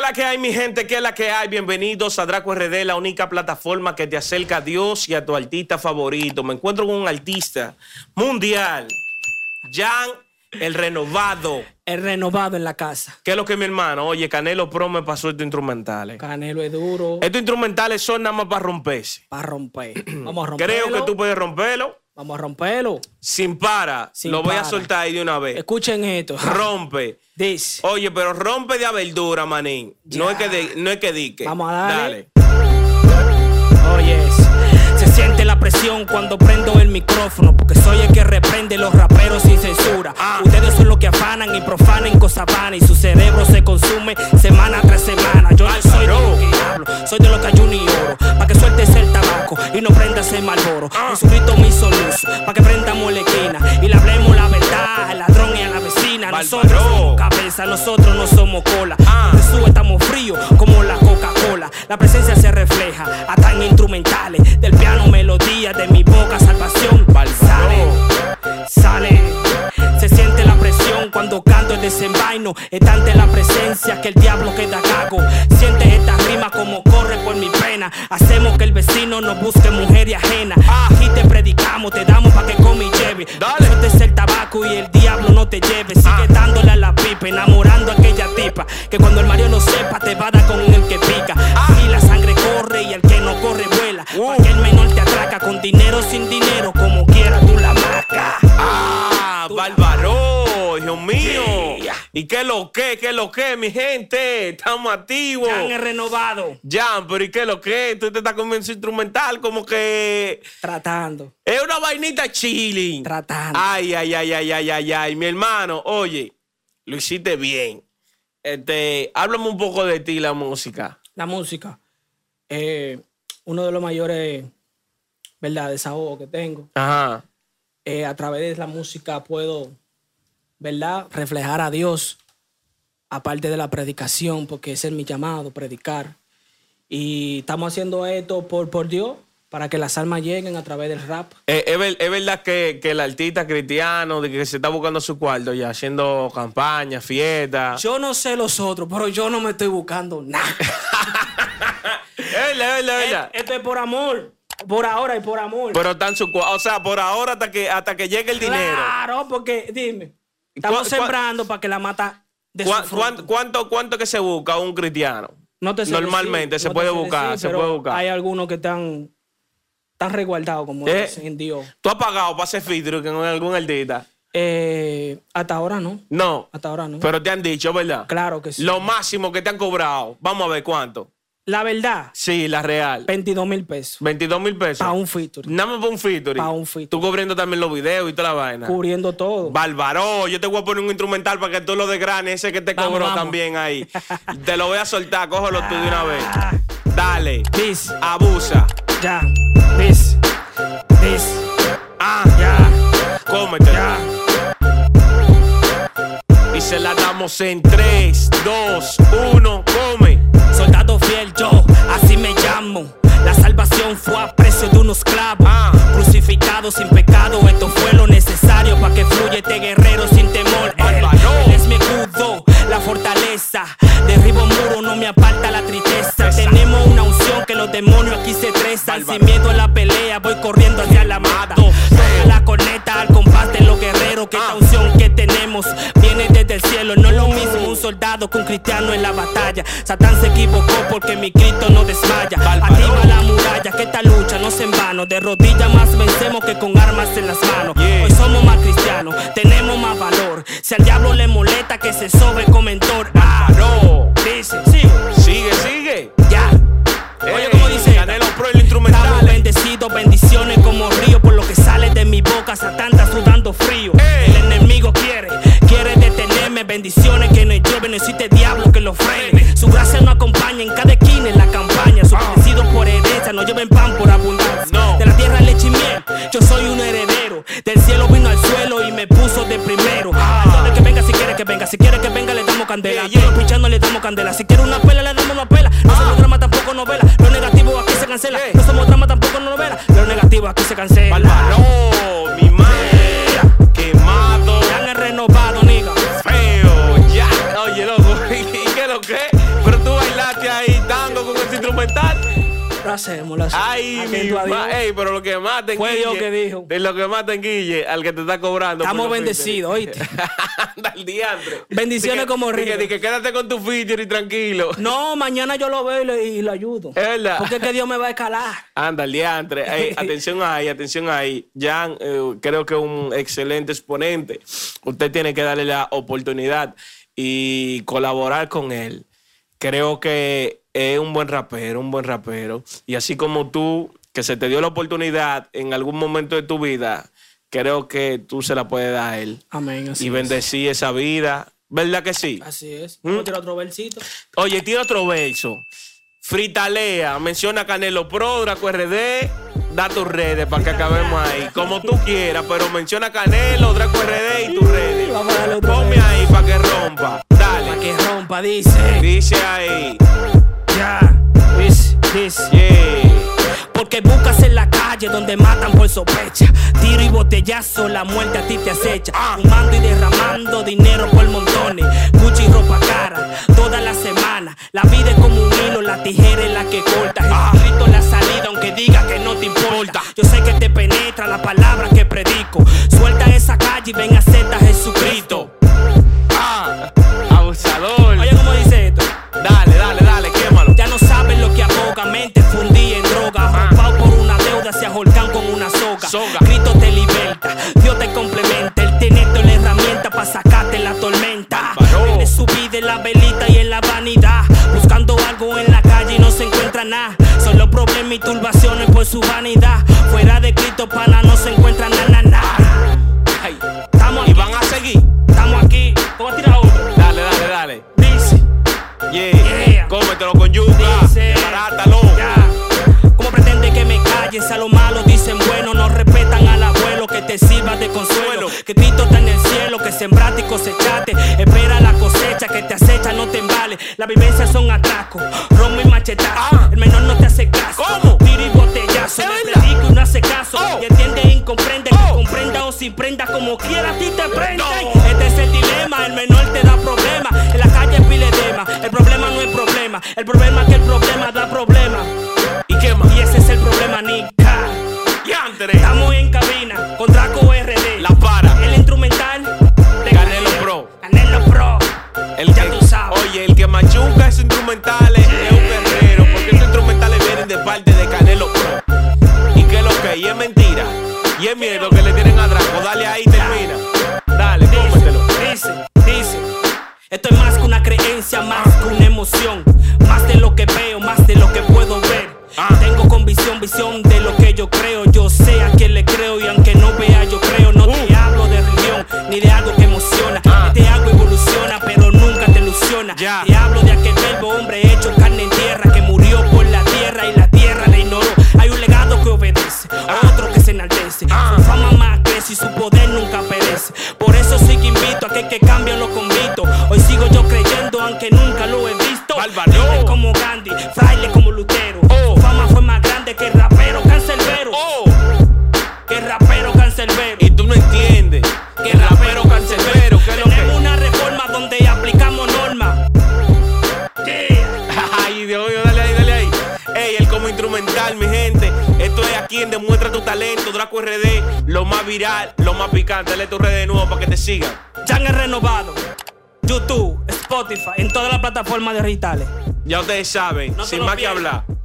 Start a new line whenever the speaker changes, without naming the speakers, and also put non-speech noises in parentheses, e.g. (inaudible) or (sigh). la que hay, mi gente? ¿Qué es la que hay? Bienvenidos a Draco RD, la única plataforma que te acerca a Dios y a tu artista favorito. Me encuentro con un artista mundial, Jan el Renovado.
El renovado en la casa.
¿Qué es lo que mi hermano? Oye, Canelo Pro me pasó estos instrumentales.
Canelo es duro.
Estos instrumentales son nada más para romperse. (clears throat)
Para romper. Vamos a romperlo.
Creo que tú puedes romperlo.
Vamos a romperlo.
Sin para.
Sin
lo voy a
para.
soltar ahí de una vez.
Escuchen esto.
Rompe.
This.
Oye, pero rompe de a verdura, manín. No,
Ya.
es que de- no es que dique.
Vamos a darle. Oyes, se siente la presión cuando prendo el micrófono Porque soy el que reprende los raperos sin censura Ustedes son los que afanan y profanan cosas vanas Y su cerebro se consume semana tras semana Yo no soy de los que hablo, soy de los que ayuno y oro Pa' que sueltes el tabaco y no prendas el malboro En su grito me hizo luz, pa' que prendamos la esquina Y le hablemos la verdad al ladrón y a la vecina Nosotros
Bárbaro.
somos cabeza, nosotros no somemos cola
Ah.
Jesús, estamos fríos como la Coca-Cola. La presencia se refleja hasta en instrumentales. Del piano, melodía, de mi boca, salvación. Sale, sale. Se siente la presión cuando canto el desenvaino. Es tanta la presencia que el diablo queda cago. Siente esta rima como corre por mi pena. Hacemos que el vecino no busque mujer y ajena. Aquí te predicamos, te damos pa' que come y lleve.
Ah. Dale.
Suelta es el tabaco y el diablo no te lleve. Sigue
Ah.
dándole a la pipa, enamorando a aquella tipa. Que cuando el Mario no sepa, te va a dar con el que pica. Y la sangre corre y el que no corre vuela.
Uh.
Cualquier menor te atraca con dinero o sin dinero, como quiera tú la marca.
¡Ah! ¡Bárbaro! ¡Dios mío! ¿Y qué lo que? ¿Qué lo que, mi gente? Estamos activos.
Tan renovado,
Jan, pero ¿y qué lo que? Tú te estás comiendo instrumental como que
tratando,
es una vainita chilling.
tratando.
Ay, ay, ay, ay, ay, ay, ay. Mi hermano, oye, lo hiciste bien. Este, háblame un poco de ti, la música.
La música. eh, uno de los mayores, ¿verdad? Desahogos que tengo.
Ajá.
eh, a través de la música puedo, ¿verdad? Reflejar a Dios, aparte de la predicación, porque ese es mi llamado, predicar. Y estamos haciendo esto por, por Dios, para que las almas lleguen a través del rap.
Eh, es, ver- es verdad que, que el artista cristiano de que se está buscando su cuarto ya, haciendo campaña, fiesta.
Yo no sé los otros, pero yo no me estoy buscando nada.
Es verdad, (laughs) es verdad, es verdad.
esto es por amor, por ahora y por amor.
Pero está en su cuarto. O sea, por ahora hasta que, hasta que llegue el dinero.
Claro, porque dime, estamos
¿Cuá- cuá-
sembrando para que la mata de
¿Cuán- cuán- cuánto, ¿Cuánto que se busca un cristiano?
No te sé
Normalmente se
decir, no te
puede
sé
buscar,
decir,
se
pero
puede buscar.
Hay algunos que están, están resguardados, como
Eh.
dicen, en Dios.
¿Tú has pagado para hacer featuring con algún artista?
Eh, hasta ahora no.
No.
Hasta ahora no.
Pero te han dicho, ¿verdad?
claro que sí.
Lo máximo que te han cobrado. Vamos a ver cuánto.
La verdad,
Sí, la real.
22 mil pesos
22 mil pesos.
para un featuring,
Nada más para un featuring.
Pa' un featuring.
Tú cubriendo también los videos y toda la vaina.
cubriendo todo.
Bárbaro, yo te voy a poner un instrumental para que tú lo desgranes, ese que te
Vamos,
cobró
vamos.
también
(laughs)
ahí. te lo voy a soltar, cógelo tú de una vez. Dale,
This,
abusa.
ya. This, this,
Ah,
ya,
cómete.
ya.
Y se la damos en 3, 2, 1, come.
Soldado fiel yo, así me llamo. La salvación fue a precio de unos clavos.
Ah.
Crucificado sin pecado, esto fue lo necesario para que fluya este guerrero sin temor. Él,
Bárbaro.
él es mi escudo, la fortaleza. Derribo muro, no me aparta la tristeza. Tenemos una unción que los demonios aquí se trezan.
Bárbaro.
Sin miedo a la pelea, voy corriendo hacia la mata. Toca la corneta al compás de los guerreros. Que esta
Ah.
unción que tenemos viene desde el cielo. No es lo mismo un soldado que un cristiano en la batalla. Satán se equivocó porque mi Cristo no desmaya.
Bárbaro.
Activa la muralla, que esta lucha no se en vano. De rodillas más vencemos que con armas en las manos.
Yeah.
Hoy somos más cristianos, tenemos más valor. Si al diablo le molesta que se sobe comentor. Ah,
Paró.
dice, sí,
Sigue, sigue.
ya. Oye, como dice.
Canelo Pro el
Estamos
instrumental.
bendecidos, bendiciones como río por lo que sale de mi boca, Satán está sudando frío.
Ey.
El enemigo quiere, quiere detenerme, bendiciones que no llueven, no existe diablo que lo frene. Su gracia no acompaña en cada esquina en la campaña, sus
Ah.
bendecidos por herencia, no lleven pan por abundancia.
No.
De la tierra leche y miel, yo soy un heredero, del cielo vino al suelo y me puso de primero.
Ah.
Al doble que venga si quiere que venga, si quiere que venga le damos candela,
Yeah, yeah.
Todos pinchando le damos candela, si quiere una pela le damos una pela, no somos drama tampoco novela, lo negativo aquí se cancela.
Ey.
No somos drama, tampoco novela. Lo negativo aquí se cancela.
Bárbaro, mi madre. Quemado.
Ya han renovado, nigga.
(laughs) feo, ya. Oye, loco, ¿y qué es lo que? Pero tú vas
hacemos, la hacemos.
Ay, mi
Atento a Dios.
ma- ey, pero lo que mata en
Fue
Guille.
Dios que dijo.
De lo que mata en Guille, al que te está cobrando.
Estamos
por los
bendecidos,
features.
¿oíste?
(laughs) Anda el diantre.
Bendiciones
Di que-
como
di que-
río.
di que quédate con tu feature y tranquilo.
No, mañana yo lo veo y, le- y lo ayudo.
Es verdad.
Porque es que Dios me va a escalar.
Anda, el diantre.
(laughs)
Ey, atención ahí, atención ahí. Jan, eh, creo que es un excelente exponente. Usted tiene que darle la oportunidad y colaborar con él. Creo que es un buen rapero, un buen rapero. Y así como tú, que se te dio la oportunidad en algún momento de tu vida, creo que tú se la puedes dar a él.
Amén. Así
Y ¿Mm?
es.
bendecí esa vida. ¿Verdad que sí?
Así es. Vamos a tirar otro versito.
Oye, tiene otro verso. Fritalea, menciona Canelo Pro, Draco RD, da tus redes para que acabemos ahí. Como tú quieras, pero menciona Canelo, Draco RD y tus redes.
Vamos a darle otro
Ponme
verso.
ahí para que rompa.
Pa'
Dale.
que rompa, dice.
Dice ahí.
Ya. Dice, dice.
Yeah.
Porque buscas en la calle donde matan por sospecha. Tiro y botellazo, la muerte a ti te acecha. Fumando y derramando dinero por montones. Gucci y ropa cara, toda la semana. La vida es como un hilo, la tijera es la que corta. Jesucristo es la salida, aunque diga que no te importa. Yo sé que te penetra la palabra que predico. Suelta esa calle y ven a acepta a Jesucristo.
Ah, abusador.
Oye, ¿cómo dice esto?
Dale, dale, dale, quémalo.
Ya no saben lo que aboga, mente fundí en droga. Arropado por una deuda, se ahorcan con una soga.
Soga.
Cristo te liberta, Dios te complementa. El tenete la herramienta para sacarte la tormenta.
Bárbaro.
Él es su vida en la velita y en la vanidad. Buscando algo en la calle y no se encuentra nada. Solo problemas y turbaciones por su vanidad. Fuera de Cristo, pana, no se encuentra nada, nada,
Ay.
Estamos
Y
aquí,
van a seguir.
estamos aquí. Te voy a tirar otro.
Dale, dale, dale.
Dice.
Yeah.
Yeah.
Cómetelo con yuca.
Dice,
Barátalo.
ya. ¿Cómo pretende que me calles? A lo malo dicen bueno, no respetan al abuelo que te sirva de consuelo.
Bueno.
Que Cristo está en el cielo, que sembraste y cosechaste. Espera la cosecha que te acecha, no te embales. Las vivencias son atracos, romo y machetazo.
Ah.
El menor no te hace caso.
¿Cómo?
Tiro y botellazo.
Es
Le
verdad.
predico y no hace caso.
Oh.
Y entiende e incomprende.
Oh.
Que comprenda o sin prenda, como quiera a ti te prende.
No.
Este es el dilema, el menor te da problema. En la calle pile dema, el problema no es problema. El problema es que el problema da problema.
Y quema.
Y ese es el problema, Nica.
Y André,
Estamos en cabina con Draco RD.
La para.
El instrumental de
Canelo Pro.
Canelo Pro.
El
Ya
que-
tú sabes.
Oye, el que machuca esos instrumentales es un guerrero. Porque esos instrumentales vienen de parte de Canelo Pro. Y que lo que, y es mentira. Y es miedo que le tienen a Draco. Dale ahí, termina. Dale, cómetelo.
Dice, dice. Esto es más que una creencia, más que una emoción. Más de lo que veo, más de lo que puedo ver.
Ah.
Tengo convicción, visión de lo que yo creo. Yo sé a quién le creo y aunque no vea, yo creo. No te
Uh.
hablo de religión ni de algo que emociona.
Ah.
Este algo evoluciona, pero nunca te ilusiona.
Ya.
Te hablo de aquel verbo hombre hecho carne en tierra que murió por la tierra y la tierra le ignoró. Hay un legado que obedece, otro que se enaltece.
Ah.
Su fama más crece y su poder nunca perece. Por eso soy que invito a que el que cambia lo convito. Hoy sigo yo creyendo aunque nunca lo he visto.
Bárbaro.
Libre como Gandhi, fraile como Lutero.
Oh.
Su fama fue más grande que el rapero cancerbero.
Oh,
Que el rapero cancerbero.
y tú no entiendes. Que rapero cancelero, que lo
Tenemos
que. (laughs)
una reforma donde aplicamos normas. Yeah.
Ay, Dios mío, dale ahí, dale ahí. Ey, el como instrumental, mi gente. Esto es a quien demuestra tu talento. Draco RD, lo más viral, lo más picante. Dale tu red de nuevo para que te sigan.
Jan es renovado. YouTube, Spotify, en todas las plataformas digitales.
Ya ustedes saben,
No te
sin
lo
más que
pierdas.
hablar.